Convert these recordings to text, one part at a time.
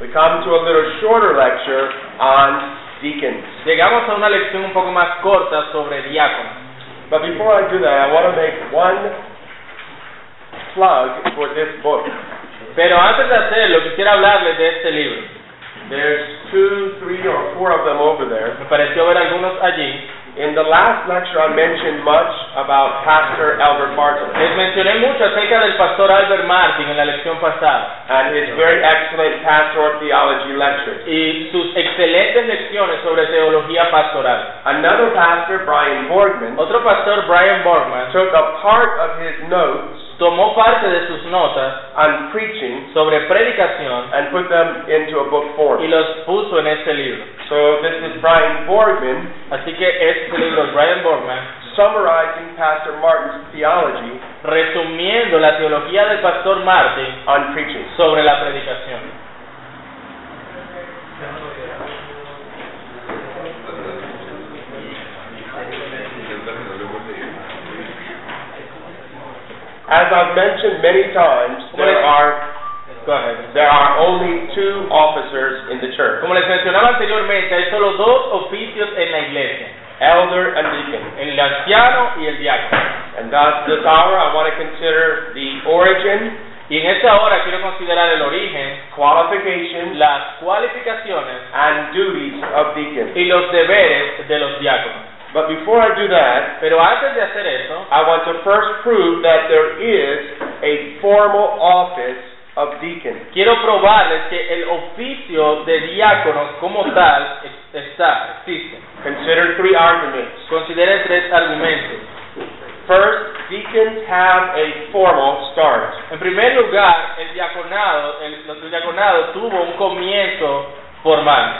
We come to a little shorter lecture on deacons. Llegamos a una lección un poco más corta sobre diáconos. But before I do that, I want to make one plug for this book. Pero antes de hacerlo, quisiera hablarles de este libro. There's two, three, or four of them over there. Me pareció ver algunos allí. In the last lecture, I mentioned much about Pastor Albert Martin Les mencioné mucho acerca del pastor Albert Martin en la lección pasada and his very excellent pastoral theology lectures. y sus excelentes lecciones sobre teología pastoral. Another pastor, Brian Borgman, Otro pastor, Brian Borgman, took a part of his notes tomó parte de sus notas on preaching sobre predicación and put them into a book y form. los puso en este libro. So this is Brian Borgman Así que este libro, Brian Borgman, summarizing Pastor Martin's theology resumiendo la teología del pastor Martin on preaching. sobre la predicación. As I've mentioned many times, there are Go ahead. there are only two officers in the church, Como les mencionaba anteriormente, hay solo dos oficios en la iglesia, elder and deacon. el anciano y el diácono. And thus this hour I want to consider the origin, Y en esta hora quiero considerar el origen, qualifications, las cualificaciones and duties of deacons. y los deberes de los diáconos. But before I do that, Pero antes de hacer eso, I want to first prove that there is a formal office of deacon. quiero probarles que el oficio de diácono como tal es- está, existe. Consider three arguments. Consideren tres argumentos. First, deacons have a formal start. En primer lugar, el diaconado, el- el diaconado tuvo un comienzo formal.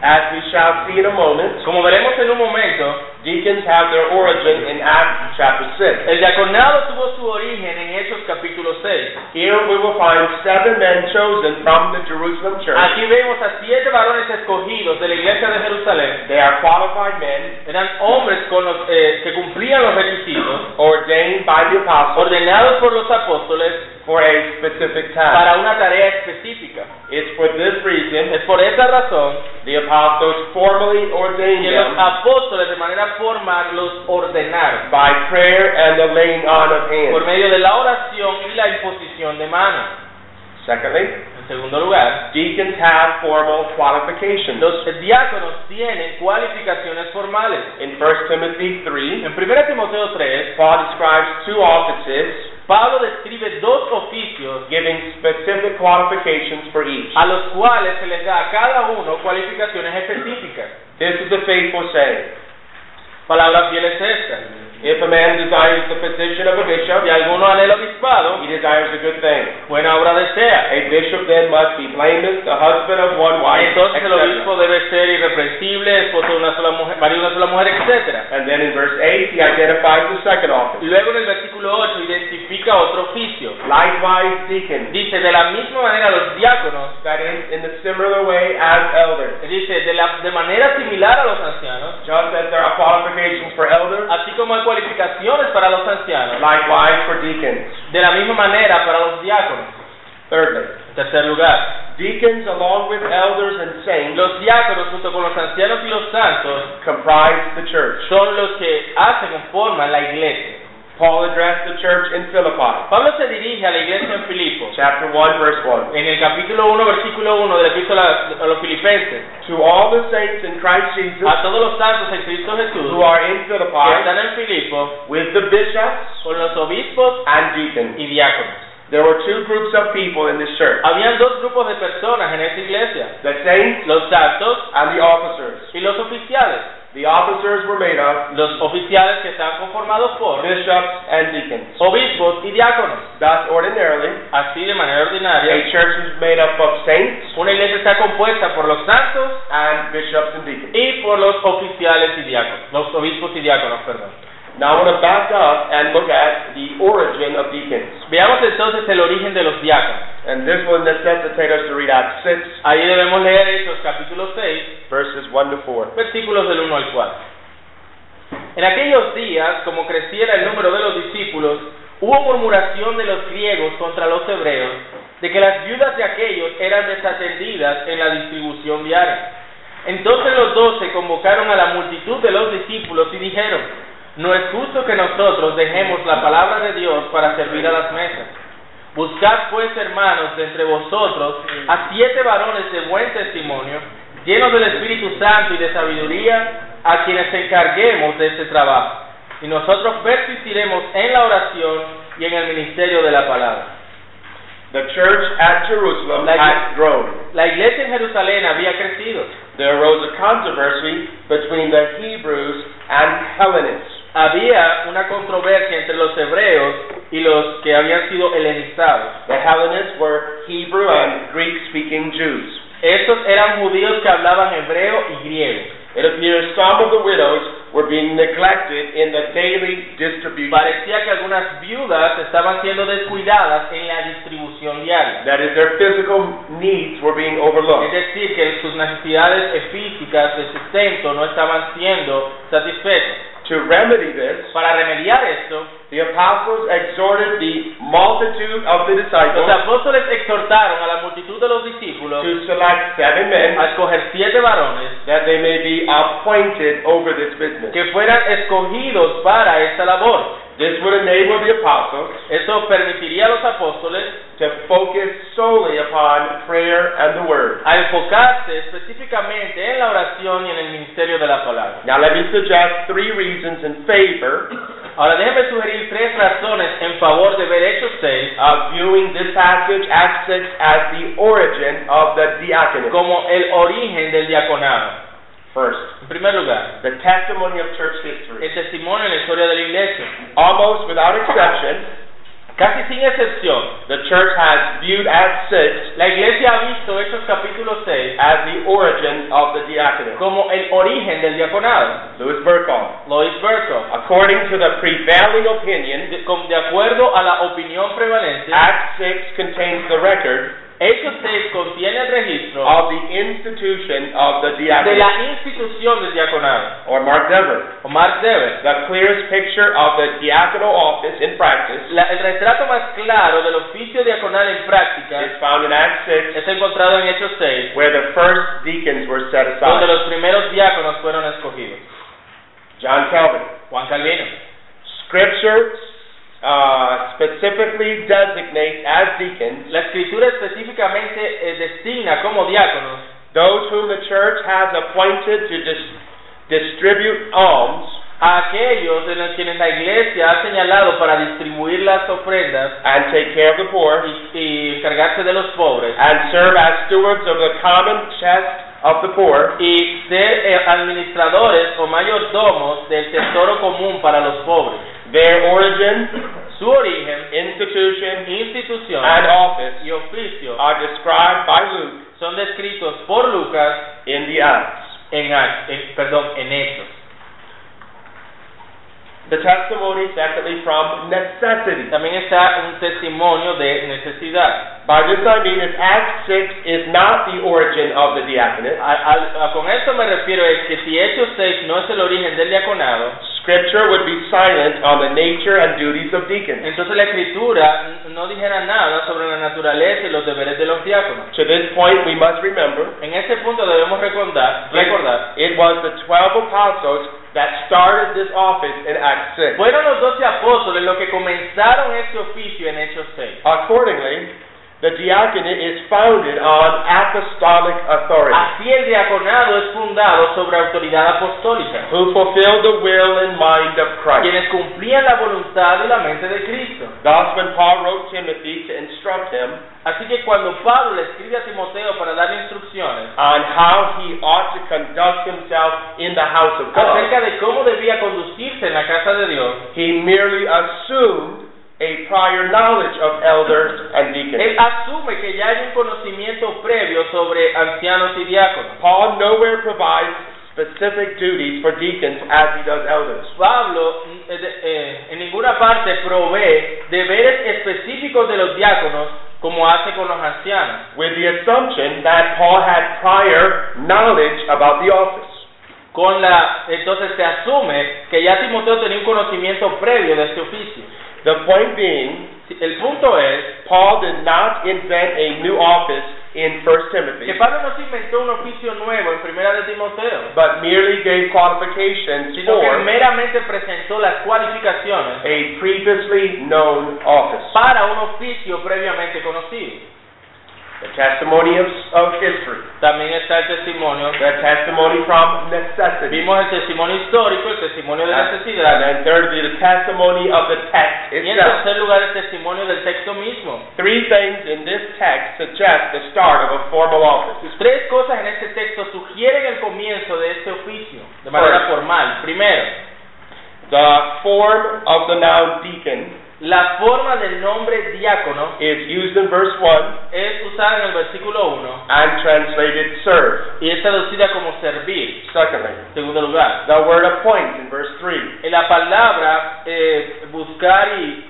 As we shall see in a moment, Como veremos en un momento, deacons have their origin in Acts chapter 6. El diaconado tuvo su origen en Hechos capítulo 6. Here we will find seven men chosen from the Jerusalem church. Aquí vemos a siete varones escogidos de la iglesia de Jerusalén. They are qualified men Eran hombres con los, eh, que cumplían los requisitos ordained by the apostles ordenados por los apóstoles for a specific task. para una tarea específica. It's for this reason Es por esa razón the apostles formally ordained que los them apóstoles de manera formal los ordenaron by prayer and the laying on of por hands. medio de la oración y la imposición de manos. Secondly, En segundo lugar, deacons have formal qualifications. los diáconos tienen cualificaciones formales. In 1 Timothy 3, En 1 Timoteo 3, Paul describes two offices Pablo describe dos oficios giving specific qualifications for each. a los cuales se les da a cada uno cualificaciones específicas. This is a faithful saying. Palabra fiel es esta. If a man desires the position of a bishop, Si alguno anhela obispado, he desires a good thing. buena obra desea. A bishop then must be blameless, the husband of one wife, Entonces el etc. obispo debe ser irreprensible, esposo de una sola mujer, marido de una sola mujer, etc. And then in verse 8, he identifies the second office. Luego en el versículo 8 identifica otro oficio. Likewise, deacons. Dice, de la misma manera los diáconos, That is, in the similar way as elders. dice, de, la, de manera similar a los ancianos, Just as there are qualifications for elders, así como hay cualificaciones para los ancianos, likewise for deacons. de la misma manera para los diáconos. Thirdly, En tercer lugar, deacons, along with elders and saints, Los diáconos junto con los ancianos y los santos comprise the church. son los que hacen o forman la iglesia. Paul addressed the church in Philippi, Pablo se dirige a la iglesia en Filipos, chapter 1, verse 1. en el capítulo 1, versículo 1 de la epístola a los filipenses, To all the saints in Christ Jesus a todos los santos en Cristo who Jesús are in que Philippi, están en Filipos with the bishops con los obispos and deacons. y diáconos. There were two groups of people in this church Habían dos grupos de personas en esta iglesia, the saints los santos and the officers. y los oficiales. The officers were made up Los oficiales que están conformados por bishops and deacons. obispos y diáconos. Thus, ordinarily, Así de manera a ordinaria, church is made up of saints una iglesia está compuesta por los santos, and bishops and deacons. y por los oficiales y diáconos, los obispos y diáconos, perdón. Now, I want to back up and look at the origin of deacons. Veamos entonces el origen de los diáconos. And this will necessitate us to read Acts 6, Ahí debemos leer Hechos capítulo 6, verses 1 to 4. versículos del 1 al 4. En aquellos días, como creciera el número de los discípulos, hubo murmuración de los griegos contra los hebreos de que las viudas de aquellos eran desatendidas en la distribución diaria. Entonces los doce convocaron a la multitud de los discípulos y dijeron, no es justo que nosotros dejemos la palabra de Dios para servir a las mesas. Buscad pues, hermanos, de entre vosotros a siete varones de buen testimonio, llenos del Espíritu Santo y de sabiduría, a quienes encarguemos de este trabajo. Y nosotros persistiremos en la oración y en el ministerio de la palabra. The church at Jerusalem Like- had grown. La iglesia en Jerusalén había crecido. There arose a controversy between the Hebrews and Hellenists. Había una controversia entre los hebreos y los que habían sido helenizados. The Hellenists were Hebrew and Greek speaking Jews. Estos eran judíos que hablaban hebreo y griego. It appears some of the widows were being neglected in the daily distribution. Parecía que algunas viudas estaban siendo descuidadas en la distribución diaria. That is, their physical needs were being Es overlooked. decir, que sus necesidades físicas de sustento no estaban siendo satisfechas. To remedy this, Para remediar esto, the apostles exhorted the multitude of the los disciples apóstoles exhortaron a la multitud de los discípulos to select seven men a escoger siete varones that they may be appointed over this business. que fueran escogidos para esta labor. This would enable the apostles Eso permitiría a los apóstoles to focus solely upon prayer and the word. a enfocarse específicamente en la oración y en el ministerio de la palabra. Now, let me suggest three reasons in favor Ahora déjenme sugerir tres razones en favor de ver Hechos 6 of viewing this passage as six as the origin of the diaconate. como el origen del diaconado. First, En primer lugar, the testimony of church history. el testimonio en la historia de la iglesia. Almost without exception, Casi sin excepción, the church has viewed as six la iglesia ha visto Hechos capítulo 6 as the origin of the diaconate. como el origen del diaconado. Louis Burkholm. Lois Berthold. According to the prevailing opinion, De, con- de acuerdo a la opinión prevalente, Act 6 contains the record Hechos 6 contiene el registro of the institution of the de diaconate, la institución del diaconado. or Mark Dever. Omar Dever. The clearest picture of the diaconal office in practice La- el retrato más claro del oficio diaconal en práctica is found in Act 6 es encontrado en Hechos 6, where the first deacons were set donde aside. los primeros diáconos fueron escogidos. John Calvin. Juan Calvino. Scripture uh, specifically designates as deacons La escritura específicamente eh, designa como diáconos those whom the church has appointed to dis- distribute alms a aquellos en los quienes la iglesia ha señalado para distribuir las ofrendas and take care of the poor y, y encargarse de los pobres and serve as stewards of the common chest of the poor y ser eh, administradores o mayordomos del tesoro común para los pobres. their origin Su origen, institution institución and office y oficio are described by Luke son descritos por Lucas in the Acts en, Ac- en- perdón, en Hechos. the testimony secondly from necessity También está un testimonio de necesidad. By this I mean if Act 6 is not the origin of the diaconate, A- al- a- con esto me refiero es que si Hechos 6 no es el origen del diaconado, Scripture would be silent on the nature and duties of deacons. entonces la escritura n- no dijera nada sobre la naturaleza y los deberes de los diáconos. To this point, we must remember En este punto debemos recordar, recordar it was the 12 apostles that started this office in Act 6. fueron los doce apóstoles los que comenzaron este oficio en Hechos 6. Accordingly, the diaconate is founded on apostolic authority, Así el diaconado es fundado sobre autoridad apostólica. who fulfilled the will and mind of Christ. quienes cumplían la voluntad y la mente de Cristo. Thus, when Paul wrote Timothy to instruct him Así que cuando Pablo le escribe a Timoteo para darle instrucciones on how he ought to conduct himself in the house of God, acerca de cómo debía conducirse en la casa de Dios, He merely assumed a prior knowledge of elders and él deacons. asume que ya hay un conocimiento previo sobre ancianos y diáconos. Paul nowhere provides specific duties for deacons as he does elders. Pablo mm, eh, de- eh, en ninguna parte provee deberes específicos de los diáconos como hace con los ancianos, With the assumption that Paul had prior knowledge about the office. con la, entonces se asume que ya Timoteo tenía un conocimiento previo de este oficio. The point being, El punto es Paul did not invent a new office in 1 Timothy, que Pablo no se inventó un oficio nuevo en primera de Timoteo, but merely gave qualifications sino que for meramente presentó las cualificaciones a previously known office. para un oficio previamente conocido. The testimony of, of history, También está el testimonio, the testimony from necessity, vimos el testimonio histórico, el testimonio de Ah, and necesidad, then thirdly, the testimony of the text y en itself. tercer lugar el testimonio del texto mismo. Three things in this text suggest the start of a formal office. Tres cosas en este texto sugieren el comienzo de este oficio de manera First. formal. Primero, The form of the noun deacon la forma del nombre diácono is used in verse 1 es usada en el versículo 1 and translated serve. y es traducida como servir. Secondly, En segundo lugar, the word appoint in verse 3 en la palabra eh, buscar y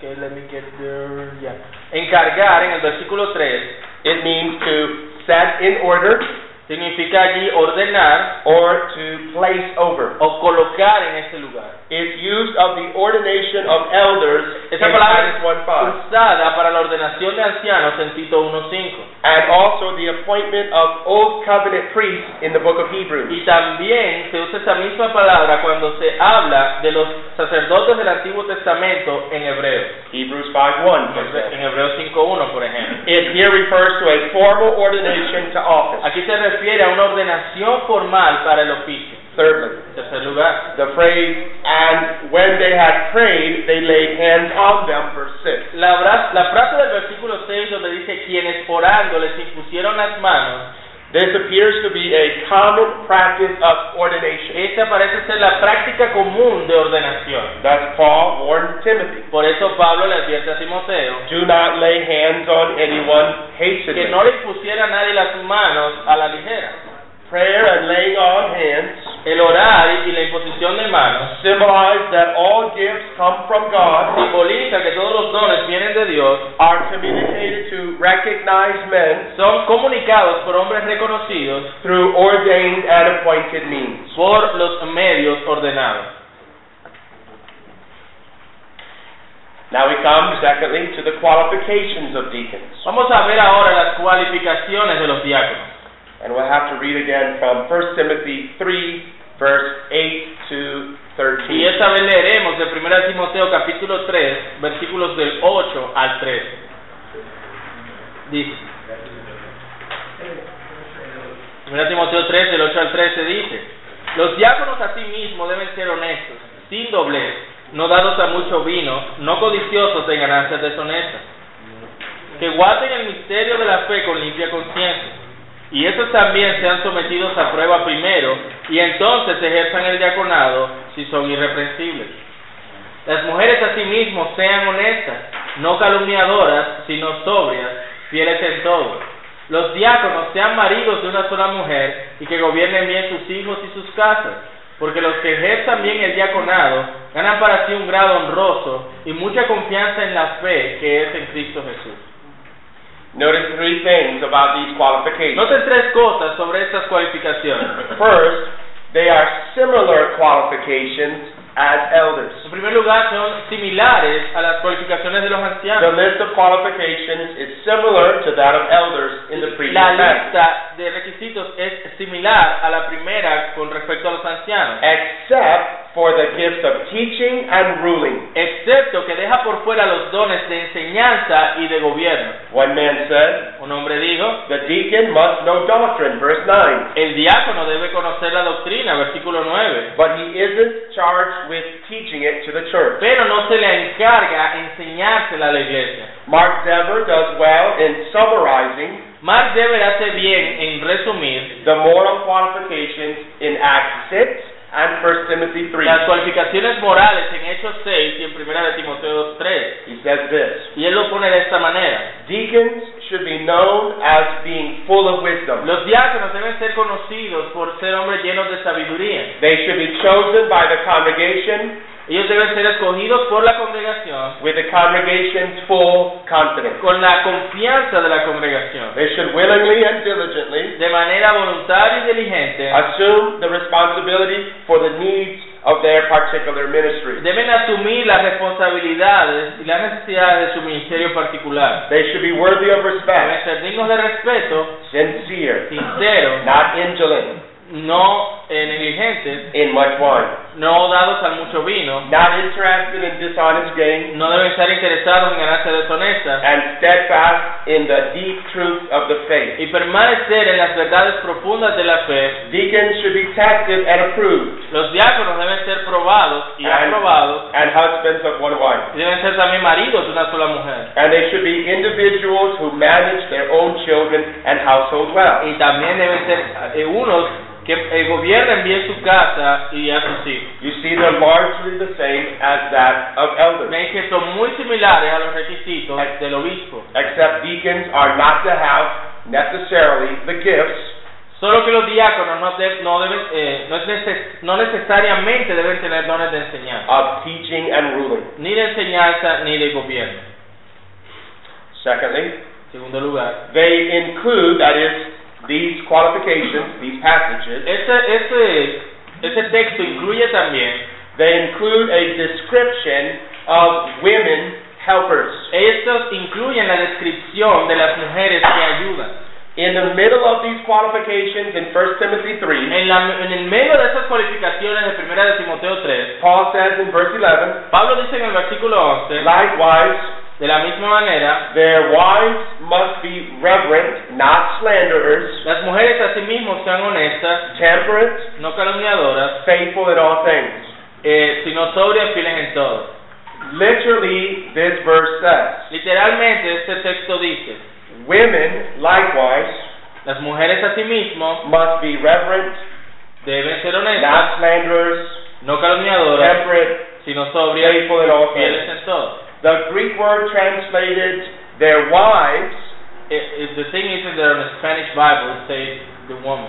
que let me get there, yeah. encargar en el versículo 3 it means to set in order significa allí ordenar or to place over. o colocar en ese lugar. It's used of the ordination of elders in Esa palabra Titus es 1:5 usada para la ordenación de ancianos en Tito 1.5. and also the appointment of old covenant priests in the book of Hebrews. Y también se usa esa misma palabra cuando se habla de los sacerdotes del Antiguo Testamento en hebreo. Hebrews 5:1 for example. En hebreo 5.1, por ejemplo. It here refers to a formal ordination to office. Aquí se refiere a una ordenación formal para el oficio. Thirdly, En tercer lugar, the phrase, and when they had prayed, they laid hands on them, verse 6. la, bra- la frase del versículo 6 donde dice, quienes orando les impusieron las manos, This appears to be a common practice of ordination. esta parece ser la práctica común de ordenación. Thus, Paul warned Timothy Por eso Pablo le advierte a Timoteo do not lay hands on anyone que hastily. no le impusiera a nadie las manos a la ligera. Prayer and laying on hands El orar y la imposición de manos symbolize that all gifts come from God, simboliza que todos los dones vienen de Dios, are communicated to recognized men son comunicados por hombres reconocidos through ordained and appointed means. por los medios ordenados. Now we come, secondly, to the qualifications of deacons. Vamos a ver ahora las cualificaciones de los diáconos. And we'll have to read again from 1 Timothy 3, verse 8 to Y 13. esta vez leeremos de 1 Timoteo capítulo 3, versículos del 8 al 13. Dice. 1 Timoteo 3, del 8 al 13 dice, los diáconos a sí mismos deben ser honestos, sin doblez, no dados a mucho vino, no codiciosos de ganancias deshonestas, que guarden el misterio de la fe con limpia conciencia, y estos también sean sometidos a prueba primero, y entonces ejerzan el diaconado si son irreprensibles. Las mujeres asimismo sean honestas, no calumniadoras, sino sobrias, fieles en todo. Los diáconos sean maridos de una sola mujer y que gobiernen bien sus hijos y sus casas, porque los que ejerzan bien el diaconado ganan para sí un grado honroso y mucha confianza en la fe que es en Cristo Jesús. Notice three things about these qualifications. Noten tres cosas sobre estas cualificaciones. First, they are similar qualifications as elders. En primer lugar, son similares a las cualificaciones de los The ancianos. list of qualifications is similar to that of elders in the previous La text, lista de requisitos es similar a la primera con respecto a los ancianos, except for the gifts of teaching and ruling. excepto que deja por fuera los dones de enseñanza y de gobierno. One man said, Un hombre dijo, The deacon must know doctrine, verse 9. el diácono debe conocer la doctrina, versículo 9, But he isn't charged with teaching it to the church. pero no se le encarga enseñársela a la iglesia. Mark Dever does well in summarizing Mark Dever hace bien en resumir the moral qualifications in Acts 6 and 1 Timothy las 3. cualificaciones morales en Hechos 6 y en 1 de Timoteo 3, He says this y él lo pone de esta manera. Deacons should be known as being full of wisdom. Los diáconos deben ser conocidos por ser hombres llenos de sabiduría. They should be chosen by the congregation Ellos deben ser escogidos por la congregación with the congregation's full confidence. con la confianza de la congregación, They should willingly and diligently de manera voluntaria y diligente. assume the responsibility for the needs of their particular ministry. Deben asumir las responsabilidades y las necesidades de su ministerio particular. They should be worthy of respect, Deben ser dignos de respeto, sincere, sinceros, not indolent, no eh, negligentes, in much wine, no dados al mucho vino, not interested in dishonest gain, no deben estar interesados en ganancias deshonestas and steadfast in the deep truths of the faith. y permanecer en las verdades profundas de la fe. Deacons should be tested and approved, Los diáconos deben ser probados y aprobados uh, and husbands of one wife. y deben ser también maridos de una sola mujer. And they should be individuals who manage their own children and household well. Y también deben ser eh, unos que eh, gobiernen bien su casa y a sus hijos. You see, they're largely the same as that of elders. Ven que son muy similares a los requisitos del obispo. except deacons are not to have necessarily the gifts Solo que los diáconos no, de- no deben, eh, no, es neces- no necesariamente deben tener dones de enseñanza, of teaching and ruling. ni de enseñanza ni de gobierno. Secondly, Segundo lugar, they include, that is, these qualifications, these passages, este, este, este texto incluye también they include a description of women helpers. estos incluyen la descripción de las mujeres que ayudan. In the middle of these qualifications in 1 Timothy 3, En, la- en el medio de esas cualificaciones de 1 de Timoteo 3, Paul says in verse 11, Pablo dice en el versículo 11, likewise, de la misma manera, their wives must be reverent, not slanderers, las mujeres asimismo sean honestas, temperate, no calumniadoras, faithful in all things. eh, sino sobrias fieles en todo. Literally, this verse says, Literalmente este texto dice, Women likewise las mujeres a sí mismo must be reverent, deben ser honestas, not slanderers, no calumniadoras, temperate, sino sobrias faithful in all fieles things. en todo. The Greek word translated their wives, It- it- Eh, the thing is that in the Spanish Bible it says the woman.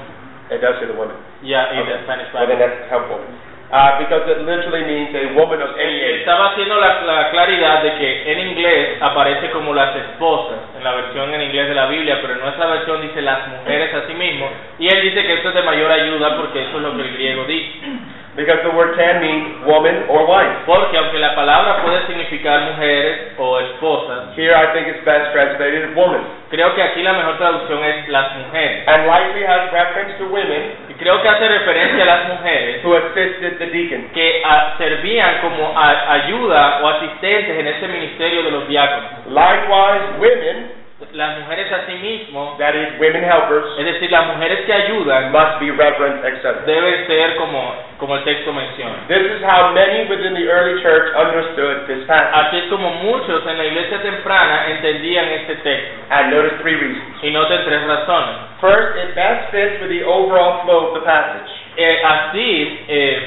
it does say the woman, Yeah, in Okay. the Spanish well then Bible. that's helpful, uh, because it literally means a woman of any Eh, age. Estaba haciendo la, la claridad de que en inglés aparece como las esposas, en la versión en inglés de la Biblia, pero en nuestra versión dice las mujeres a sí mismo, y él dice que esto es de mayor ayuda porque eso es lo que el griego dice. Because the word can mean woman or wife. Porque aunque la palabra puede significar mujeres o esposas, Here I think it's best translated woman. creo que aquí la mejor traducción es las mujeres. And likely has reference to women Y creo que hace referencia a las mujeres who assisted the deacon. que ah, servían como a- ayuda o asistentes en este ministerio de los diáconos. Likewise, women, Las mujeres asimismo, that is, women helpers, es decir, las mujeres que ayudan, must be reverent, etc. deben ser como, como el texto menciona. This is how many within the early church understood this passage. Así es como muchos en la iglesia temprana entendían este texto. And notice three reasons. Y noten tres razones. First, it best fits with the overall flow of the passage. Eh, así, eh,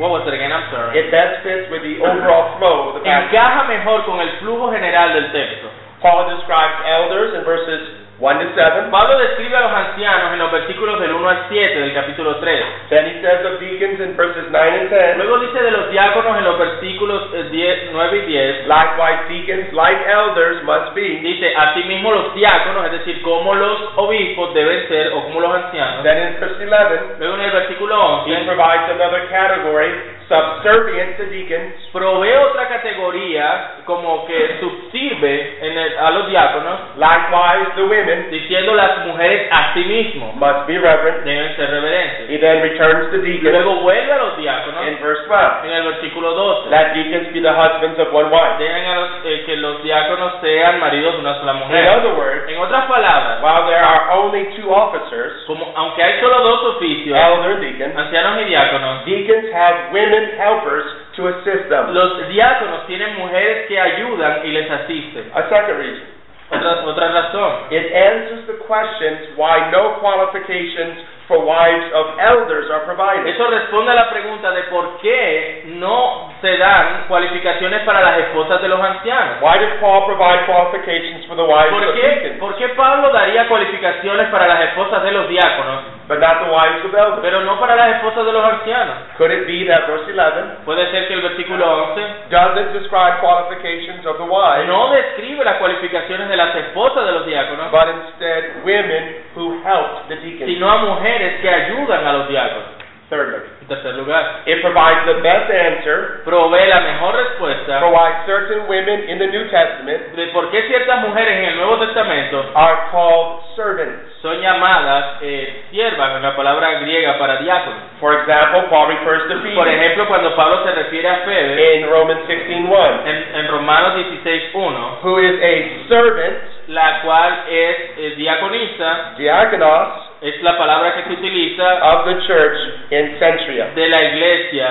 what was it again? I'm sorry. It best fits with the overall flow of the passage. encaja mejor con el flujo general del texto. Paul describes elders in verses 1 to 7. Pablo describe a los ancianos en los versículos del 1 al 7 del capítulo 3. Then he says of deacons in verses 9 and 10. Luego dice de los diáconos en los versículos eh, 10, 9 y 10. Likewise, deacons, like elders, must be. Dice, asimismo los diáconos, es decir, cómo los obispos deben ser o cómo los ancianos. Then in verse 11, Luego en el versículo he 11, provides another category, subservient to deacons, provee otra categoría como que subsirve en el- a los diáconos, Likewise, the women diciendo las mujeres a sí mismos must be reverent. deben ser reverentes. He then returns to Y deacons luego vuelve a los diáconos in verse 12. en el versículo 12. Let deacons be the husbands of one wife. Dejen a los- eh, que los diáconos sean maridos de una sola In mujer. other words, En otras palabras, while there are only two officers, como aunque hay solo dos oficios, elder deacons, ancianos y diáconos, deacons had women helpers to assist them. los diáconos tienen mujeres que ayudan y les asisten. A second reason, Otra, otra razón. it answers the questions why no qualifications for wives of elders are provided. Eso responde a la pregunta de por qué no se dan cualificaciones para las esposas de los ancianos. Why did Paul provide qualifications for the wives of ¿Por qué, deacons? por qué Pablo daría cualificaciones para las esposas de los diáconos but not the wives of elders. pero no para las esposas de los ancianos. Could it be that verse 11 Puede ser que el versículo 11 doesn't describe qualifications of the wives, no describe las cualificaciones de las esposas de los diáconos, but instead women who helped the deacons? sino a mujeres que ayudan a los diáconos. Thirdly, En tercer lugar, it provides the best answer provee la mejor respuesta for why certain women in the New Testament de por qué ciertas mujeres en el Nuevo Testamento are called servants. son llamadas eh, siervas, en la palabra griega para diácono. For example, Paul refers to Por Phoebe ejemplo, cuando Pablo se refiere a Febe in Romans 16:1, en, en Romanos 16.1, who is a servant, la cual es eh, diaconisa, diakonos, es la palabra que se utiliza of the church in Centria. de la iglesia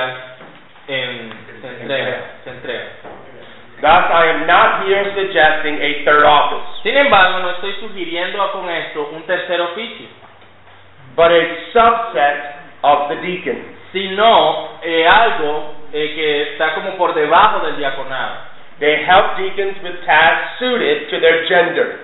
en Centrea. Centrea. Thus, I am not here suggesting a third office, Sin embargo, no estoy sugiriendo con esto un tercer oficio, but a subset of the deacon. sino eh, algo eh, que está como por debajo del diaconado. They help deacons with tasks suited to their gender.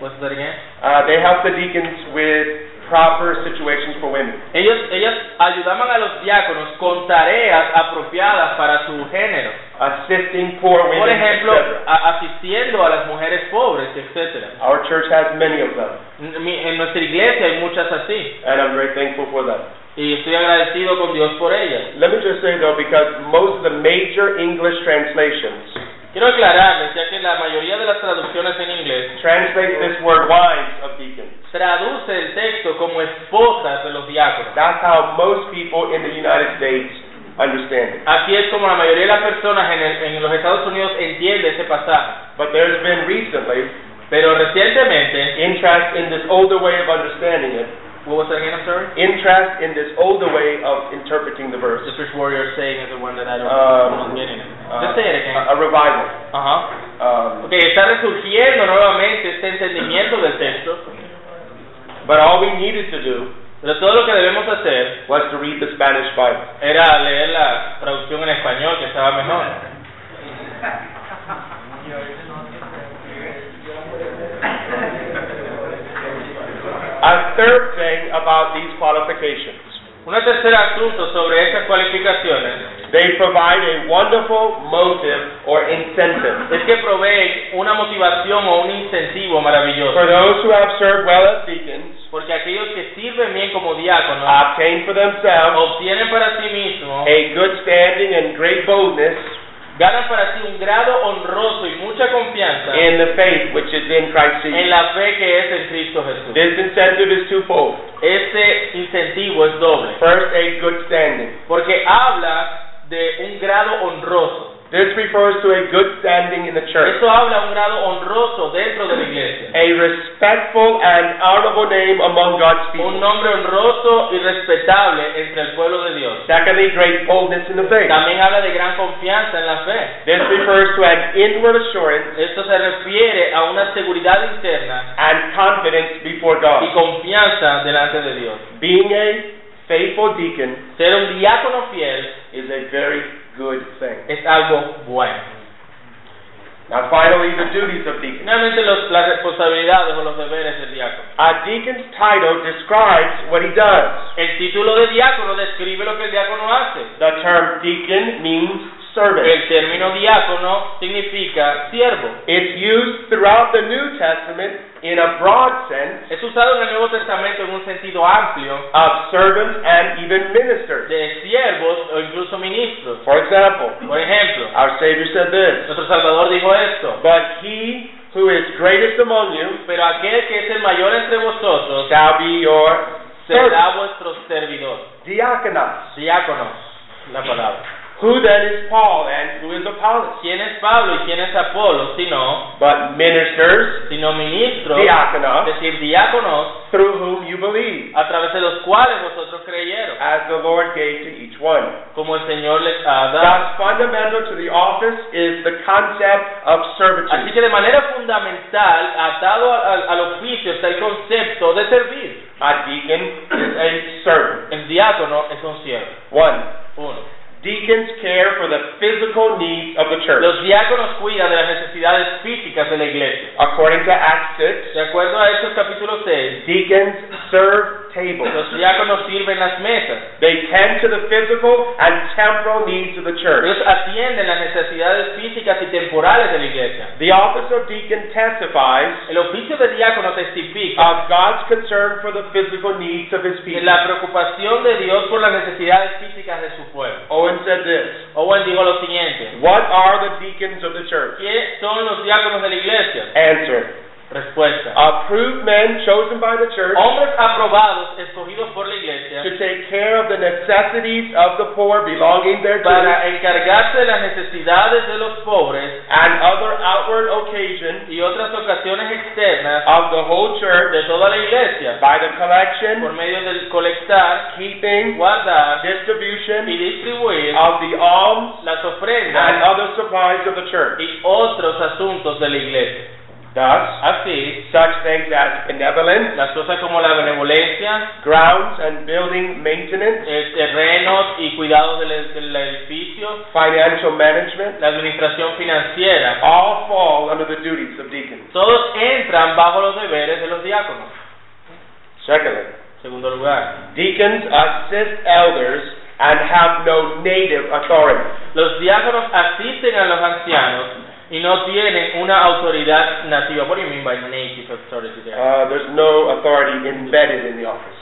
What's that again? Uh, they help the deacons with proper situations for women. Ellos, ellas ayudaban a los diáconos con tareas apropiadas para su género. assisting poor women, Por ejemplo, etc. a- asistiendo a las mujeres pobres, etcétera. Our church has many of them, N- mi- En nuestra iglesia hay muchas así and I'm very thankful for them. y estoy agradecido con Dios por ellas. Let me just say though, because most of the major English translations Quiero aclararles, ya que la mayoría de las traducciones en inglés translate this word wives of deacons. traduce el texto como esposas de los diáconos. That's how most people in the United States understand it. Así es como la mayoría de las personas en, el- en los Estados Unidos entiende ese pasaje. But there's been recently Pero recientemente, interest in this older way of understanding it, what was that again, I'm sorry? interest in this older way of interpreting the verse. The first warrior saying is the one that I Um, don't I'm not getting it. Uh, Just say it again. a, a revival. Ajá. Um, Ok, está resurgiendo nuevamente este entendimiento del texto, But all we needed to do pero todo lo que debemos hacer was to read the Spanish Bible. era leer la traducción en español, que estaba mejor. A third thing about these qualifications, Un tercer asunto sobre esas cualificaciones they provide a wonderful motive or incentive es que proveen una motivación o un incentivo for maravilloso, those who have served well as deacons, porque aquellos que sirven bien como diáconos obtain for themselves obtienen para sí mismos, a good standing and great boldness ganan para sí un grado honroso y mucha confianza in the faith which is in Christ en Jesus. la fe que es en Cristo Jesús. This incentive is twofold. Este incentivo es doble, First, a good standing. porque habla de un grado honroso. This refers to a good standing in the church, Esto habla de un grado honroso dentro de la iglesia. a respectful and honorable name among God's Un people. nombre honroso y respetable entre el pueblo de Dios. Secondly, great boldness in the faith. También habla de gran confianza en la fe. This refers to an inward assurance Esto se refiere a una seguridad interna and confidence before y God. confianza delante de Dios. Being a faithful deacon Ser un diácono fiel is a very good thing. es algo bueno. Now, finally, the duties of deacons. Finalmente, los- las responsabilidades o los deberes del diácono. A deacon's title describes what he does. El título de diácono describe lo que el diácono hace. The term deacon means servant. El término diácono significa siervo. It's used throughout the New Testament in a broad sense Es usado en el Nuevo Testamento en un sentido amplio of servants and even ministers. de siervos o incluso ministros. For example, Por ejemplo, our Savior said this, nuestro Salvador dijo esto, But he who is greatest among you pero aquel que es el mayor entre vosotros shall be your servant. será vuestro servidor. diakonos. Diáconos, la palabra. Who then is Paul and who is Apollos? ¿Quién es Pablo y quién es Apolo? Sino, But ministers, sino ministros, diakonos, es decir, diáconos, through whom you believe, a través de los cuales vosotros creyeron, as the Lord gave to each one. como el Señor les ha dado. Thus, fundamental to the office is the concept of Así servitude. que de manera fundamental, atado a- a- al oficio, está el concepto de servir. A deacon is a servant. El diácono es un siervo. One, Uno. de- Deacons care for the physical needs of the church. Los diáconos cuidan de las necesidades físicas de la iglesia. According to Acts De acuerdo a Hechos capítulo 6, 6, deacons serve tables. los diáconos sirven las mesas. They tend to the physical and temporal needs of the church. Ellos atienden las necesidades físicas y temporales de la iglesia. The office of deacon testifies El oficio de diácono testifica of God's concern for the physical needs of his de people. la preocupación de Dios por las necesidades físicas de su pueblo. Owen said this Owen dijo lo siguiente, What are the deacons of the church? ¿qué son los diáconos de la iglesia? Answer Respuesta. Approved men chosen by the church Hombres aprobados, escogidos por la iglesia, to take care of the necessities of the poor belonging thereto para encargarse de las necesidades de los pobres and other outward occasions y otras ocasiones externas of the whole church de toda la iglesia, by the por collection, medio del colectar, keeping, guardar y distribution distribuir of the alms las and ofrendas other supplies of the church. y otros asuntos de la iglesia. Thus, Así, such things as benevolence, las cosas como la benevolencia, grounds and building maintenance, eh, terrenos y cuidados del, del edificio, financial management, la administración financiera, all fall under the duties of deacons. todos entran bajo los deberes de los diáconos. Secondly, Segundo lugar, deacons assist elders and have no native authority. los diáconos asisten a los ancianos y no tienen una autoridad nativa. What do you mean by native authority there? Uh, there's no authority embedded in the office.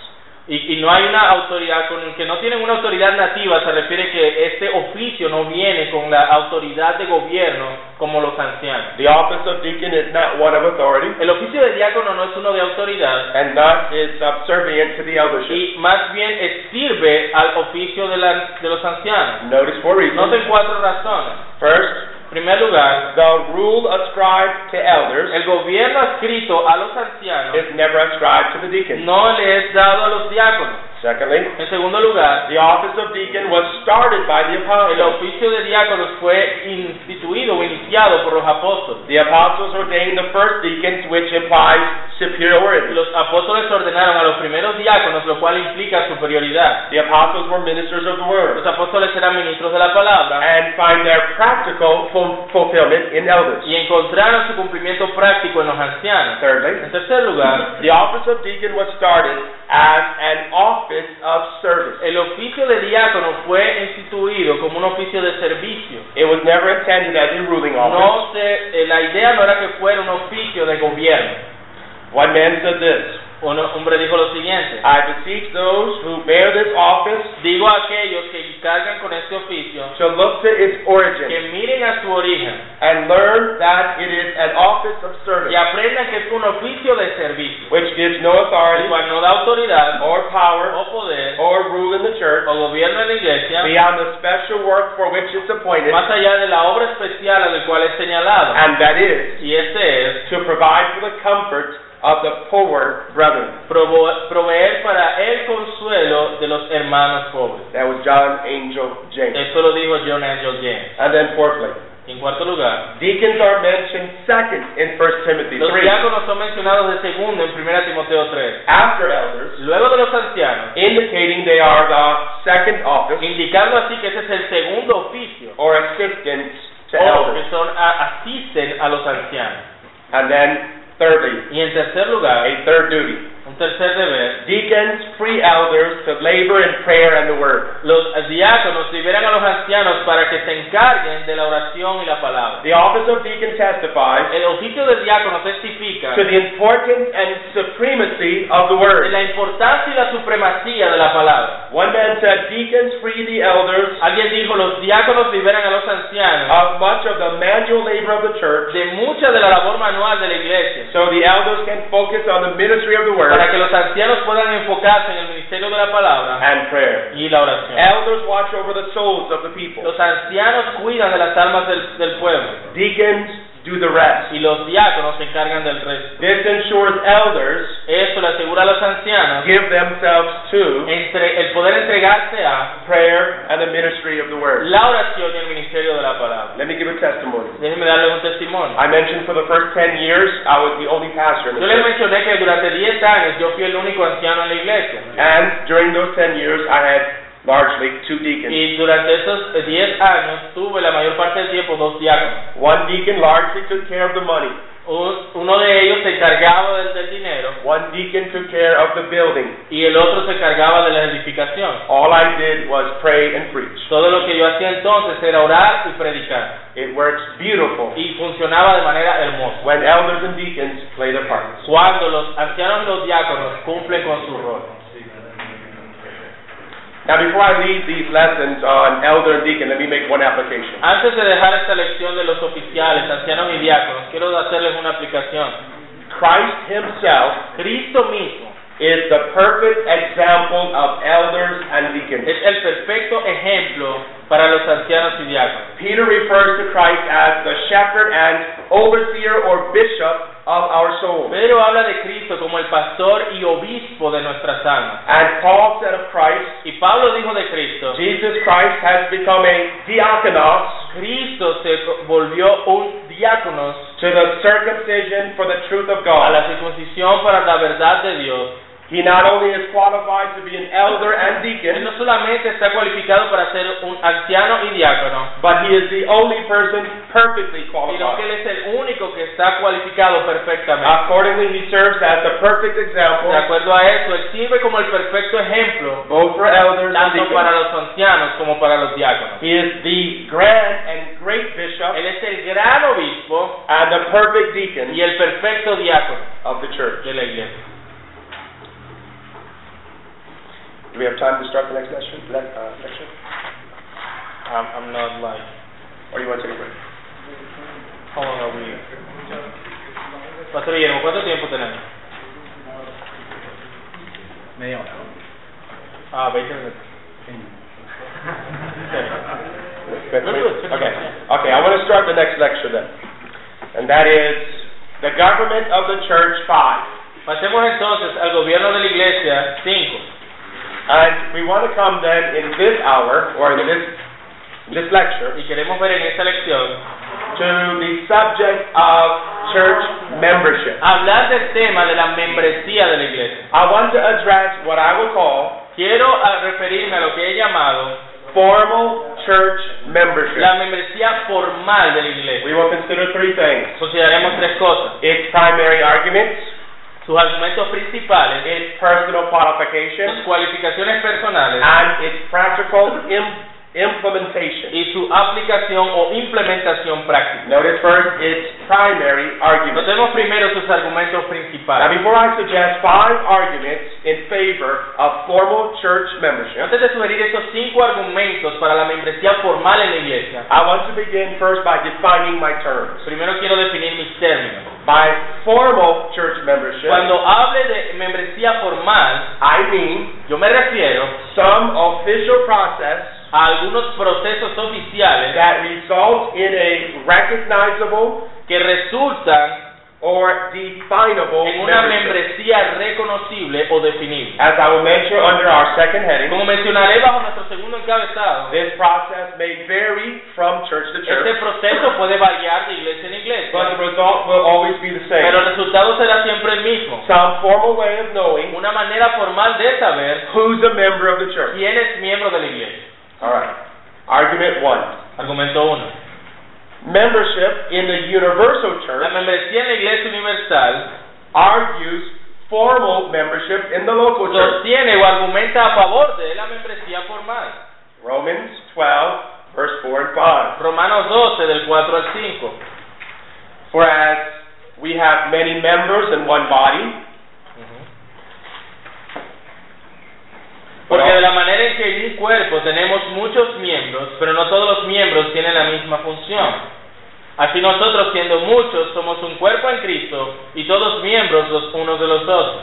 Y, y no hay una autoridad, con que no tienen una autoridad nativa, se refiere que este oficio no viene con la autoridad de gobierno como los ancianos. The office of deacon is not one of authority El oficio de diácono no es uno de autoridad and thus is subservient to the eldership. y más bien eh, sirve al oficio de, la- de los ancianos. Notice four Noten reasons. cuatro razones. First, En primer lugar, the rule ascribed to elders el gobierno adscrito a los ancianos is never ascribed to the deacon. no le es dado a los diáconos. Secondly, En segundo lugar, the office of deacon was started by the el apostles. oficio de diáconos fue instituido o iniciado por los apóstoles. The apostles ordained the first deacons, which implies superiority. Los apóstoles ordenaron a los primeros diáconos, lo cual implica superioridad. The apostles were ministers of the Los word apóstoles eran ministros de la palabra and find their practical ful- fulfillment in elders. y encontraron su cumplimiento práctico en los ancianos. Thirdly, En tercer lugar, The office of deacon was started as an office of service. el oficio de diácono fue instituido como un oficio de servicio. It was never intended as a ruling office. No se, eh, la idea no era que fuera un oficio de gobierno. One man said this Un hombre dijo lo siguiente. I beseech those who bear this office Digo a aquellos que cargan con este oficio to look to its que origin miren a su origen and learn that it is an office of service y aprendan que es un oficio de servicio, which gives no el authority cual no da autoridad or power o poder or rule in the church o gobierno en la iglesia beyond the special work for which it's appointed, más allá de la obra especial a la cual es señalado. and that is Y este es to provide for the comfort of the poor brethren. provo- proveer para el consuelo de los hermanos pobres. That was John Angel James. Esto lo dijo John Angel James. And then fourthly, En cuarto lugar, Deacons are mentioned second in 1 Timothy los 3, diáconos son mencionados de segundo en 1 Timoteo 3. after elders, Luego de los ancianos, indicating they are the second office indicando así que ese es el segundo oficio. or assistants to o elders. que son a- asisten a los ancianos. And then thirdly, Y en tercer lugar, a third duty. un tercer deber, Deacons free elders to labor in prayer and the word. los diáconos liberan a los ancianos para que se encarguen de la oración y la palabra. The office of deacon testifies El oficio del diácono testifica to the importance and supremacy of the de word. la importancia y la supremacía de la palabra. One man said, Deacons free the elders Alguien dijo, los diáconos liberan a los ancianos of much of the manual labor of the church de mucha de la labor manual de la iglesia, so the elders can focus on the ministry of the word para que los ancianos puedan enfocarse en el ministerio de la palabra and prayer. y la oración. Elders watch over the souls of the people. Los ancianos cuidan de las almas del- del pueblo. Deacons do the rest. y los diáconos se encargan del resto. This ensures elders Eso le asegura a los ancianos give themselves to entre el poder entregarse a prayer and the ministry of the word. la oración y el ministerio de la palabra. Let me give a testimony. Déjenme darles un testimonio. I mentioned for the first 10 years I was the only pastor in Yo the les church. mencioné que durante 10 años yo fui el único anciano en la iglesia. And during those 10 years I had largely two deacons. Y durante esos eh, 10 años tuve la mayor parte del tiempo dos diáconos. One deacon largely took care of the money. Un- Uno de ellos se encargaba del, del dinero One deacon took care of the building. y el otro se encargaba de la edificación. All I did was pray and preach. Todo lo que yo hacía entonces era orar y predicar. It works beautiful Y funcionaba de manera hermosa. when elders and deacons play their parts. Cuando los ancianos y los diáconos cumplen con su rol. Now, before I leave these lessons on elder and deacon, let me make one application. Antes de dejar esta lección de los oficiales, ancianos y diáconos, quiero hacerles una aplicación. Christ Himself Cristo mismo is the perfect example of elders and deacons. es el perfecto ejemplo para los ancianos y diáconos. Peter refers to Christ as the shepherd and overseer or bishop of our soul. Pedro habla de Cristo como el pastor y obispo de nuestras almas. And Paul said of Christ, Y Pablo dijo de Cristo, Jesus Christ has become a diakonos Cristo se volvió un diácono to the circumcision for the truth of a God. la circuncisión para la verdad de Dios. He not only is qualified to be an elder and Él deacon, no solamente está cualificado para ser un anciano y diácono, But he is the only person perfectly sino que qualified. él es el único que está cualificado perfectamente. Accordingly, he serves as the perfect De example acuerdo a eso, él sirve como el perfecto ejemplo both for elders and tanto para deacons. los ancianos como para los diáconos. He is the grand and great bishop Él es el gran obispo and the perfect deacon y el perfecto diácono of the church. de la iglesia. Do we have time to start the next session? Le- uh, section? I'm, I'm not like Or you want to take a break? How long are we? Pastor Guillermo, ¿cuánto tiempo tenemos? Media hora. Ah, 20 minutos. Wait, wait. Okay. Okay. I want to start the next lecture then, and that is the government of the church five. Pasemos entonces al gobierno de la iglesia 5. And we want to come then in this hour or in this this lecture Y queremos ver en esta lección to the subject of church membership. hablar del tema de la membresía de la iglesia. I want to address what I will call Quiero ah, referirme a lo que he llamado formal church la membership. membresía formal de la iglesia. We will consider three things Consideraremos tres cosas. its primary arguments, Sus argumentos principales, eh, its personal sus qualifications, cualificaciones personales and its practical im- implementation. y su aplicación o implementación práctica. Notice first its primary arguments. Notemos primero sus argumentos principales. Now, before I suggest five arguments in favor of formal church membership, Antes de sugerir estos cinco argumentos para la membresía formal en la iglesia, I want to begin first by defining my terms. primero quiero definir mis términos. By formal church membership, Cuando hable de membresía formal, I mean yo me refiero some official process a algunos procesos oficiales that results in a recognizable que resultan or definable en una membership. membresía reconocible o definible. As I will mention under our second heading, Como mencionaré bajo nuestro segundo encabezado, this process may vary from church to este church, proceso puede variar de iglesia but en the iglesia, result will always be the pero el same. resultado será siempre el mismo. Some formal way of knowing Una manera formal de saber who's a member of the church. quién es miembro de la iglesia. All right. Argument one. Argumento 1. Membership in the universal La church membresía en la Iglesia Universal argues formal membership in the local church. sostiene o argumenta a favor de la membresía formal. Romans 12, verse 4 and 5. Romanos 12, del 4 al 5. For as we have many members in one body, Porque de la manera en que en un cuerpo tenemos muchos miembros, pero no todos los miembros tienen la misma función. Así nosotros, siendo muchos, somos un cuerpo en Cristo y todos miembros los unos de los otros.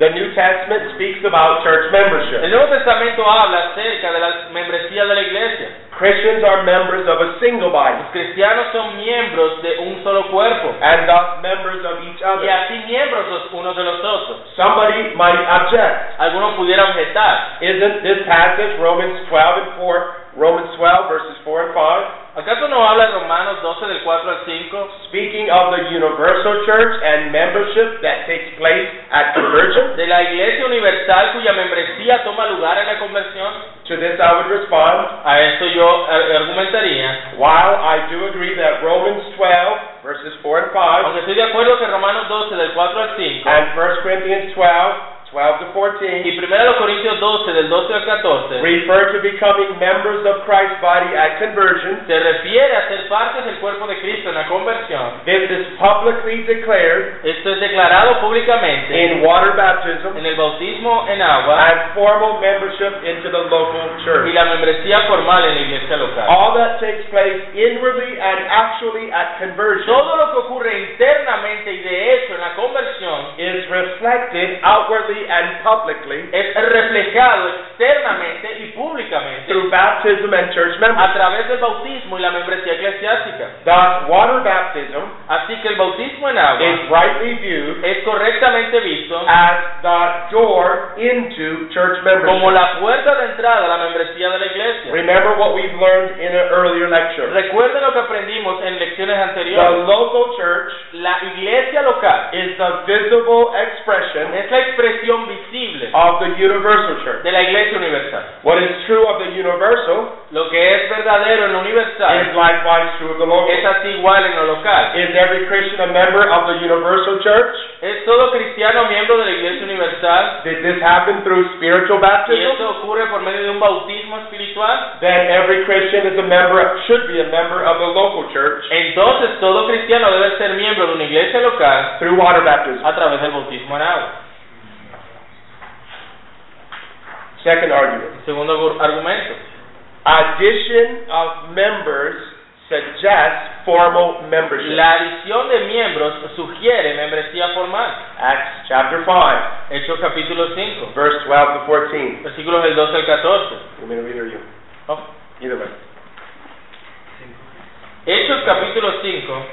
the New Testament speaks about church El membership. Nuevo Testamento habla acerca de la membresía de la Iglesia. Christians are members of a single body Los cristianos son miembros de un solo cuerpo. and thus members of each y other. así miembros los unos de los otros. Somebody might object. Algunos pudieran objetar, Isn't this passage, Romans 12 and 4, Romans 12, verses 4 and 5, ¿Acaso no habla en Romanos 12 del 4 al 5? Speaking of the universal church and membership that takes place at conversion, De la iglesia universal cuya membresía toma lugar en la conversión. to this I would respond, A esto yo eh, argumentaría. while I do agree that Romans 12, verses 4 and 5, Aunque estoy de acuerdo que Romanos 12 del 4 al 5 and 1 Corinthians 12, 12 to 14, y 1 Corintios 12 del 12 al 14 refer to becoming members of Christ's body at conversion, se refiere a ser parte del cuerpo de Cristo en la conversión. this is publicly declared Esto es declarado públicamente in water baptism en el bautismo en agua and formal membership into the local y church. la membresía formal en la iglesia local. All that takes place inwardly and actually at conversion Todo lo que ocurre internamente y de hecho en la conversión is reflected outwardly and publicly es reflejado externamente y públicamente through baptism and church a membership. través del bautismo y la membresía eclesiástica. Thus, water baptism Así que el bautismo en agua is rightly viewed es correctamente visto as the door into church como membership. la puerta de entrada a la membresía de la iglesia. Remember what we've learned in an earlier lecture. Recuerden lo que aprendimos en lecciones The anteriores. local church La iglesia local is the visible expression es la expresión visible of the universal church. de la iglesia universal. What is true of the universal Lo que es verdadero en lo is universal likewise true of the local. es así igual en lo local. Is every Christian a member of the universal church? ¿Es todo cristiano miembro de la iglesia universal? Did this happen through spiritual ¿Y baptism? esto ocurre por medio de un bautismo espiritual? Then every Christian is a member, should be a member of the local church Entonces todo cristiano debe ser miembro de una iglesia local through water baptism. a través del bautismo en agua. Second argument. Segundo gu- argumento. Addition of members suggests formal membership. La adición de miembros sugiere membresía formal. Acts chapter 5, Hechos capítulo 5, verse 12 to 14. versículos del 12 al 14. You want me to read or you? Oh. Either way. Hechos capítulo 5,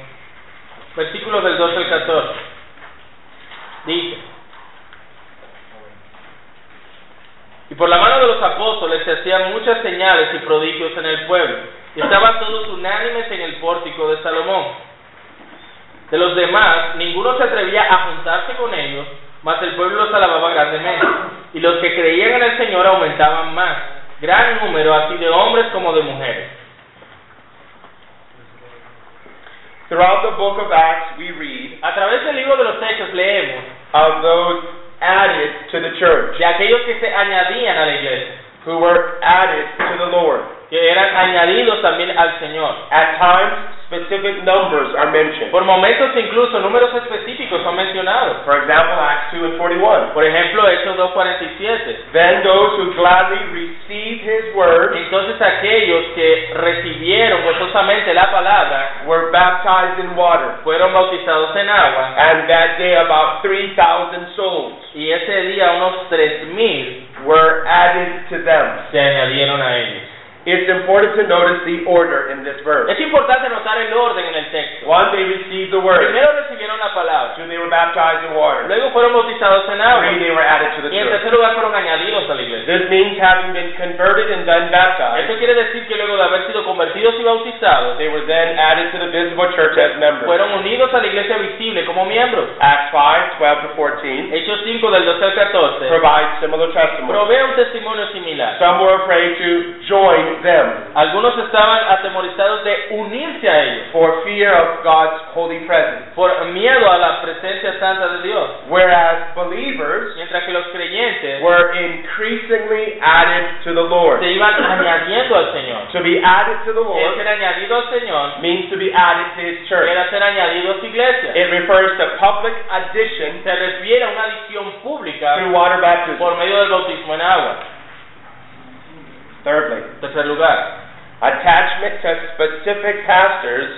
versículos del 12 al 14. Dice, y por la mano de los apóstoles se hacían muchas señales y prodigios en el pueblo. y Estaban todos unánimes en el pórtico de Salomón. De los demás, ninguno se atrevía a juntarse con ellos, mas el pueblo los alababa grandemente. Y los que creían en el Señor aumentaban más, gran número así de hombres como de mujeres. Throughout the book of Acts, we read A través del libro de los Hechos leemos of those added to the church, de aquellos que se añadían a la iglesia, who were added to the Lord. que eran añadidos también al Señor. At times, specific numbers are mentioned. Por momentos incluso números específicos son mencionados. For example, Acts 2 and 41. Por ejemplo, Hechos 2.47. Then those who gladly received his word Entonces aquellos que recibieron gozosamente la palabra were baptized in water, fueron bautizados en agua and that day about 3,000 souls y ese día unos 3.000 were added to them. se añadieron a ellos. It's important to notice the order in this verse. Es importante notar el orden en el texto. One, they received the word. Primero recibieron la palabra, Two, they were baptized in water. luego fueron bautizados en agua Three, they were added to the y en church. tercer lugar fueron añadidos a la iglesia. This means having been converted and then baptized, Esto Ah, quiere decir que luego de haber sido convertidos y bautizados, eh, they were then added to the visible church as members. fueron unidos a la iglesia visible como miembros. Acts 5, 12 to 14 Hechos 5 del 12 al 14 provides similar testimony. provee un testimonio similar. Some were afraid to join them. Algunos estaban atemorizados de unirse a ellos for fear of God's holy presence. por miedo a la presencia santa de Dios, Whereas believers mientras que los creyentes were increasingly added to the Lord. se iban añadiendo al Señor. To be added to the El Lord ser añadido al Señor means to be added to His church. era ser añadido a su iglesia. It refers to public addition Se refiere a una adición pública through water baptism. por medio del bautismo en agua. Thirdly, En tercer lugar, attachment to specific pastors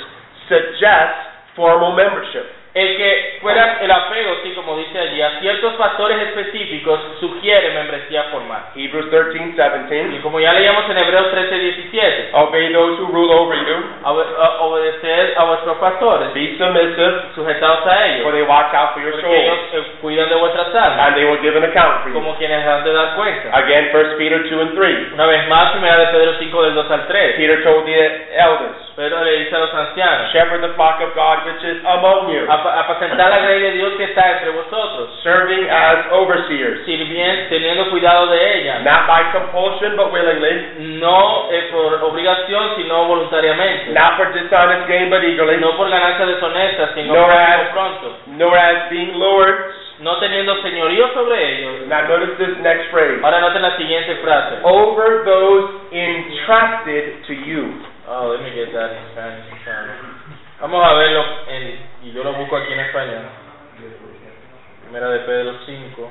suggests formal membership. El que fuera el apego, sí, como dice allí, a ciertos factores específicos sugiere membresía formal. Hebrews 13, Y 17. como ya leíamos en Hebreos 13, 17, Obey those who rule over you. obe- a- obedecer a vuestros pastores, Be submissive, sujetados a for ellos, they watch out for your porque ellos souls, eh, cuidan de vuestras almas, and they will give an account for you. como quienes han de dar cuenta. Again, 1 Peter 2 and 3. Una vez más, primera de Pedro 5, del 2 al 3, Peter told the elders, Pedro le dice a los ancianos, Shepherd the flock of God which is among you, "Apa- apacentar la grey de Dios que está entre vosotros, serving as overseers, sirvien- teniendo cuidado de ella, not by compulsion but willingly, no eh, por obligación, sino voluntariamente. not for dishonest gain but eagerly, no por ganancia deshonesta, sino No por as- algo pronto, nor as being lords. no teniendo señorío sobre ellos. Now notice this next phrase. Ahora noten la siguiente frase. Oh. Over those entrusted to you. Oh, let me get that in Spanish, sorry. Vamos a verlo en, y yo lo busco aquí en español. Primera de Pedro 5.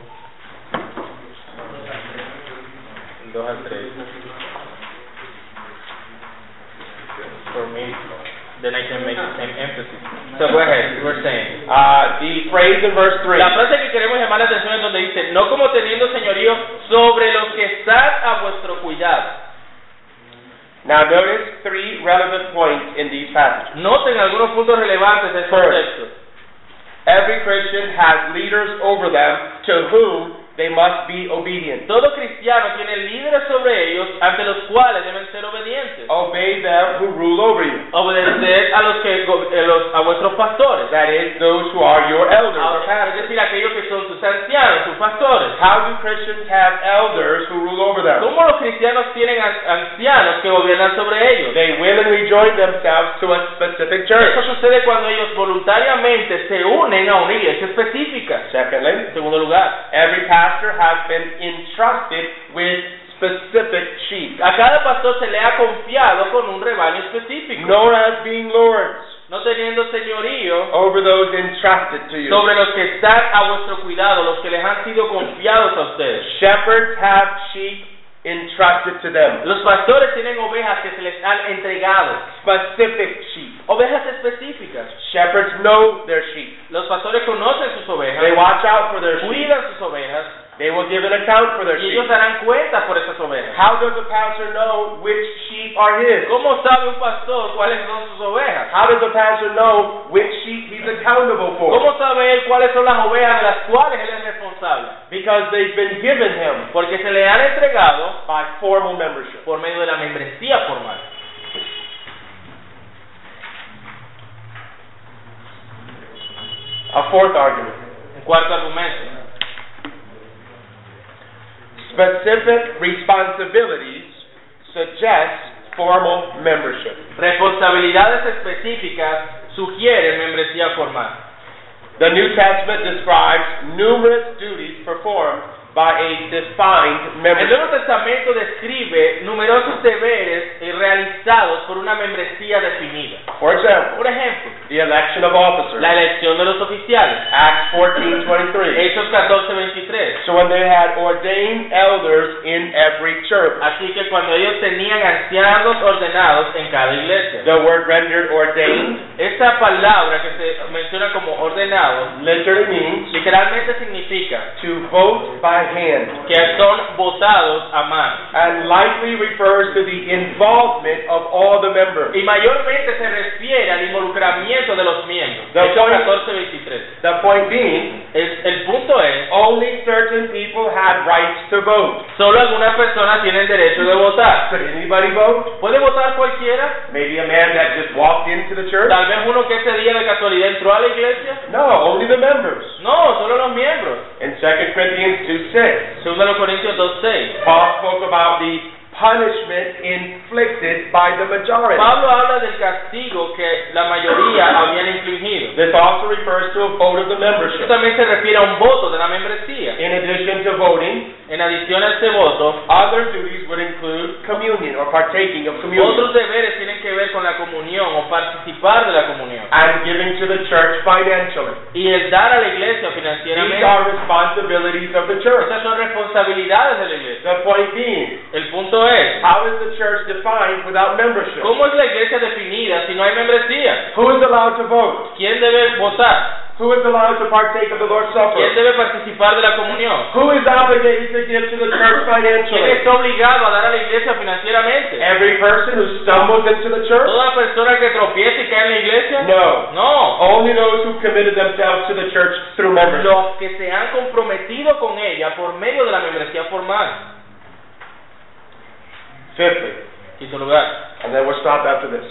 2 al 3. For me, then I can make the same emphasis. So go ahead, you were saying. Uh, the phrase in verse 3. La frase que queremos llamar la atención es donde dice, no como teniendo señorío sobre los que están a vuestro cuidado. Now notice three relevant points in these passages. Noten algunos puntos relevantes de este estos First. textos. Every Christian has leaders over them to whom they must be obedient. Todo cristiano tiene líderes sobre ellos ante los cuales deben ser obedientes. Obey them who rule over you. Obedecer a los que go- eh, los- a vuestros pastores. That is, those who are your elders or Ahora, pastors. Es decir, aquellos que son sus ancianos, sus pastores. How do Christians have elders who rule over them? ¿Cómo los cristianos tienen an- ancianos que gobiernan sobre ellos? They willingly join themselves to a specific Eso church. sucede cuando ellos voluntariamente se unen a una iglesia específica. Secondly, En segundo lugar, every pastor has been entrusted with specific sheep, A cada pastor se le ha confiado con un rebaño específico, known as being lords no teniendo señorío over those entrusted to you. sobre los que están a vuestro cuidado, los que les han sido confiados a ustedes. Shepherds have sheep entrusted to them, Los pastores tienen ovejas que se les han entregado, specific sheep. ovejas específicas. Shepherds know their sheep. Los pastores conocen sus They ovejas, watch out for their sheep. cuidan sus ovejas They will give an account for their y sheep. ellos darán cuentas por esas ovejas. How does a pastor know which sheep are his? ¿Cómo sabe un pastor cuáles son sus ovejas? How does a pastor know which sheep he's accountable for? ¿Cómo sabe él cuáles son las ovejas de las cuales él es responsable? Because they've been given him Porque se le han entregado by formal membership. por medio de la membresía formal. A fourth argument. Un cuarto argumento. Specific responsibilities suggest formal membership. Responsabilidades específicas sugieren membresía formal. The New Testament describes numerous duties performed by a defined El Nuevo membership. Testamento describe numerosos deberes eh, realizados por una membresía definida. For example, Por ejemplo, the election of officers. la elección de los oficiales. Acts 14:23. Hechos 14:23. So when they had ordained elders in every church. Así que cuando ellos tenían ancianos ordenados en cada iglesia. The word rendered ordained Esta palabra que se menciona como ordenados literally means literalmente significa to vote by hand que son votados a mano. and likely refers to the involvement of all the members. y mayormente se refiere al involucramiento de los miembros. The Hechos point- 14:23. The point being, Es- el punto es, only certain people had rights to vote. solo algunas personas tienen derecho de votar. Could anybody vote? ¿Puede votar cualquiera? Maybe a man that just walked into the church? Tal vez uno que ese día de casualidad entró a la iglesia. No, only the members. No, solo los miembros. In 2 Corinthians 2:6, Segundo de los Corintios 2:6. Paul spoke about the punishment inflicted by the majority. Pablo habla del castigo que la mayoría habían infligido. This also refers to a vote of the Esto membership. también se refiere a un voto de la membresía. In addition to voting, En adición a este voto, other duties would include communion or partaking of communion otros deberes tienen que ver con la comunión o participar de la comunión. and giving to the church financially. y el dar a la iglesia These financieramente. are responsibilities of the church. Estas son responsabilidades de la iglesia. The point being, El punto es, how is the church defined without membership? ¿cómo es la iglesia definida si no hay membresía? Who is allowed to vote? ¿Quién debe votar? Who is allowed to partake of the Lord's ¿Quién Supper? debe participar de la comunión? Who is obligated to give to the church ¿Quién financially? está obligado a dar a la iglesia financieramente? Every person who stumbles into the church? ¿Toda persona que tropiece y cae en la iglesia? No. No. Only those who committed themselves to the church through membership. Los que se han comprometido con ella por medio de la membresía formal. Fifthly, Quinto lugar. and then we'll stop after this.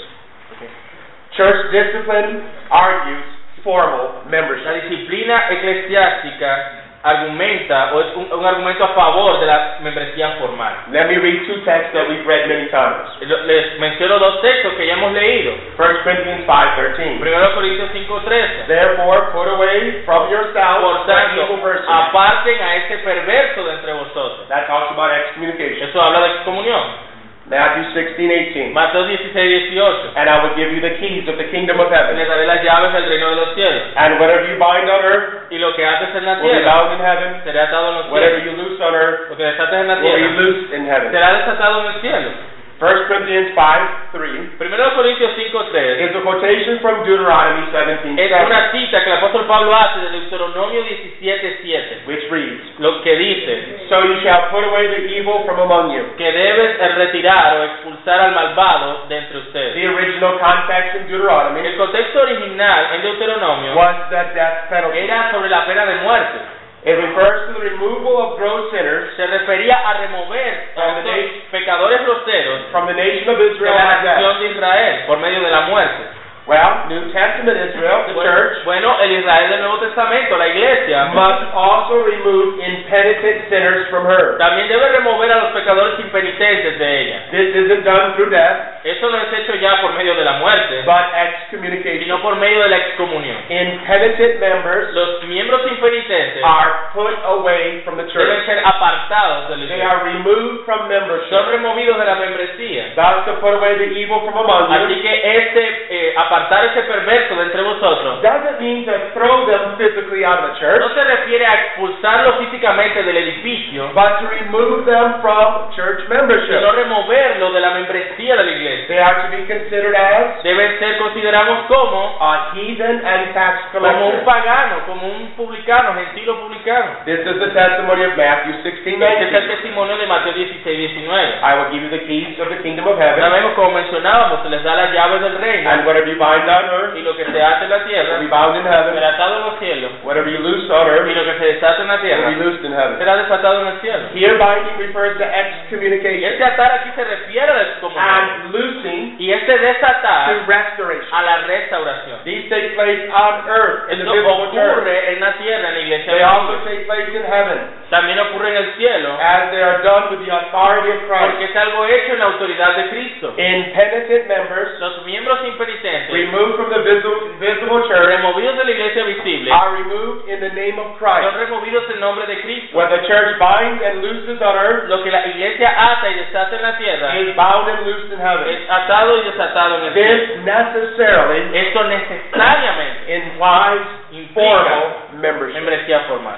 Church discipline argues formal La membership. disciplina eclesiástica argumenta o es un, un argumento a favor de la membresía formal. Let me read two texts that we've read many times. Lo- Les menciono dos textos que ya hemos leído. 1 Corinthians 5:13. 1 Corintios 5:13. Therefore, put away from Por yourselves that tanto, evil person. Uh, aparten a ese perverso de entre vosotros. That talks about excommunication. Eso habla de excomunión. Matthew 16:18. Mateo 16, 18. And I will give you the keys of the kingdom of Les heaven. daré las llaves del reino de los cielos. And whatever you bind on earth Y lo que haces en la will be tierra bound in heaven. será atado en los Whatever cielos. you loose on earth Lo que desates en la will be tierra loosed in heaven. será desatado en el cielo. 1 Corinthians 5:3 1 Corintios 5:3 is a quotation from Deuteronomy es 17:7, una cita que el apóstol Pablo hace de Deuteronomio 17:7, which reads, lo que dice "So you shall put away the evil from among you." que debes eh, retirar o expulsar al malvado de entre ustedes. The original context in En Deuteronomy el contexto original en Deuteronomio was the death penalty. era sobre la pena de muerte. It refers to the removal of gross sinners Se refería a remover a estos pecadores groseros from the nation of de Israel la by death. nación de Israel por medio de la muerte. Well, New Testament Israel, the Bueno, church, bueno, el Israel del Nuevo Testamento, la iglesia, must also remove impenitent sinners from her. también debe remover a los pecadores impenitentes de ella. This isn't done through death, Eso no es hecho ya por medio de la muerte, but excommunication. sino por medio de la excomunión. Impenitent members Los miembros impenitentes are put away from Ah, the church. deben ser apartados del They iglesia. are removed from Son membership. removidos de la membresía. Thus to put away the evil from among you Así que este, eh, apartar ese perverso de entre vosotros doesn't mean to throw them physically out of the church, no se refiere a expulsarlo físicamente del edificio, but to remove them from church sino membership. removerlo de la membresía de la iglesia. They are to be considered as Deben ser considerados como, a heathen and tax como un collector. pagano, como un publicano, gentil o publicano. This is the testimony of Matthew 16, Este es 19. el testimonio de Mateo 16, 19. I will give you the keys of the kingdom of Otra heaven, vez, como mencionábamos, se les da las llaves del and reino whatever you bind on earth y lo que se hace en la will be tierra bound in heaven, será atado en los cielos whatever you loose on y earth lo que se desata en la will be tierra loosed in heaven. será desatado en el cielo. Here binding refers to Y excommunication este atar aquí se refiere a la excomunión and loosing y este desatar to restoration. a la restauración. These take place on earth in the Esto visible church. ocurre en la tierra, en la iglesia They de also Cristo. take place in heaven También ocurre en el cielo, as they are done with the authority of porque Christ. es algo hecho en la autoridad de Cristo. Impenitent members Los miembros impenitentes, removed from the visible, visible church removidos de la iglesia visible, are removed in the name of son Christ. removidos en nombre de Cristo. What the church binds and looses on earth Lo que la iglesia ata y desata en la tierra is bound and loosed in heaven. es atado y desatado en el This cielo. necessarily Esto necesariamente implies implica formal membership. membresía formal.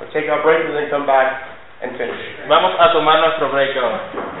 We'll take our break and then come back and finish. Vamos a tomar nuestro break ahora.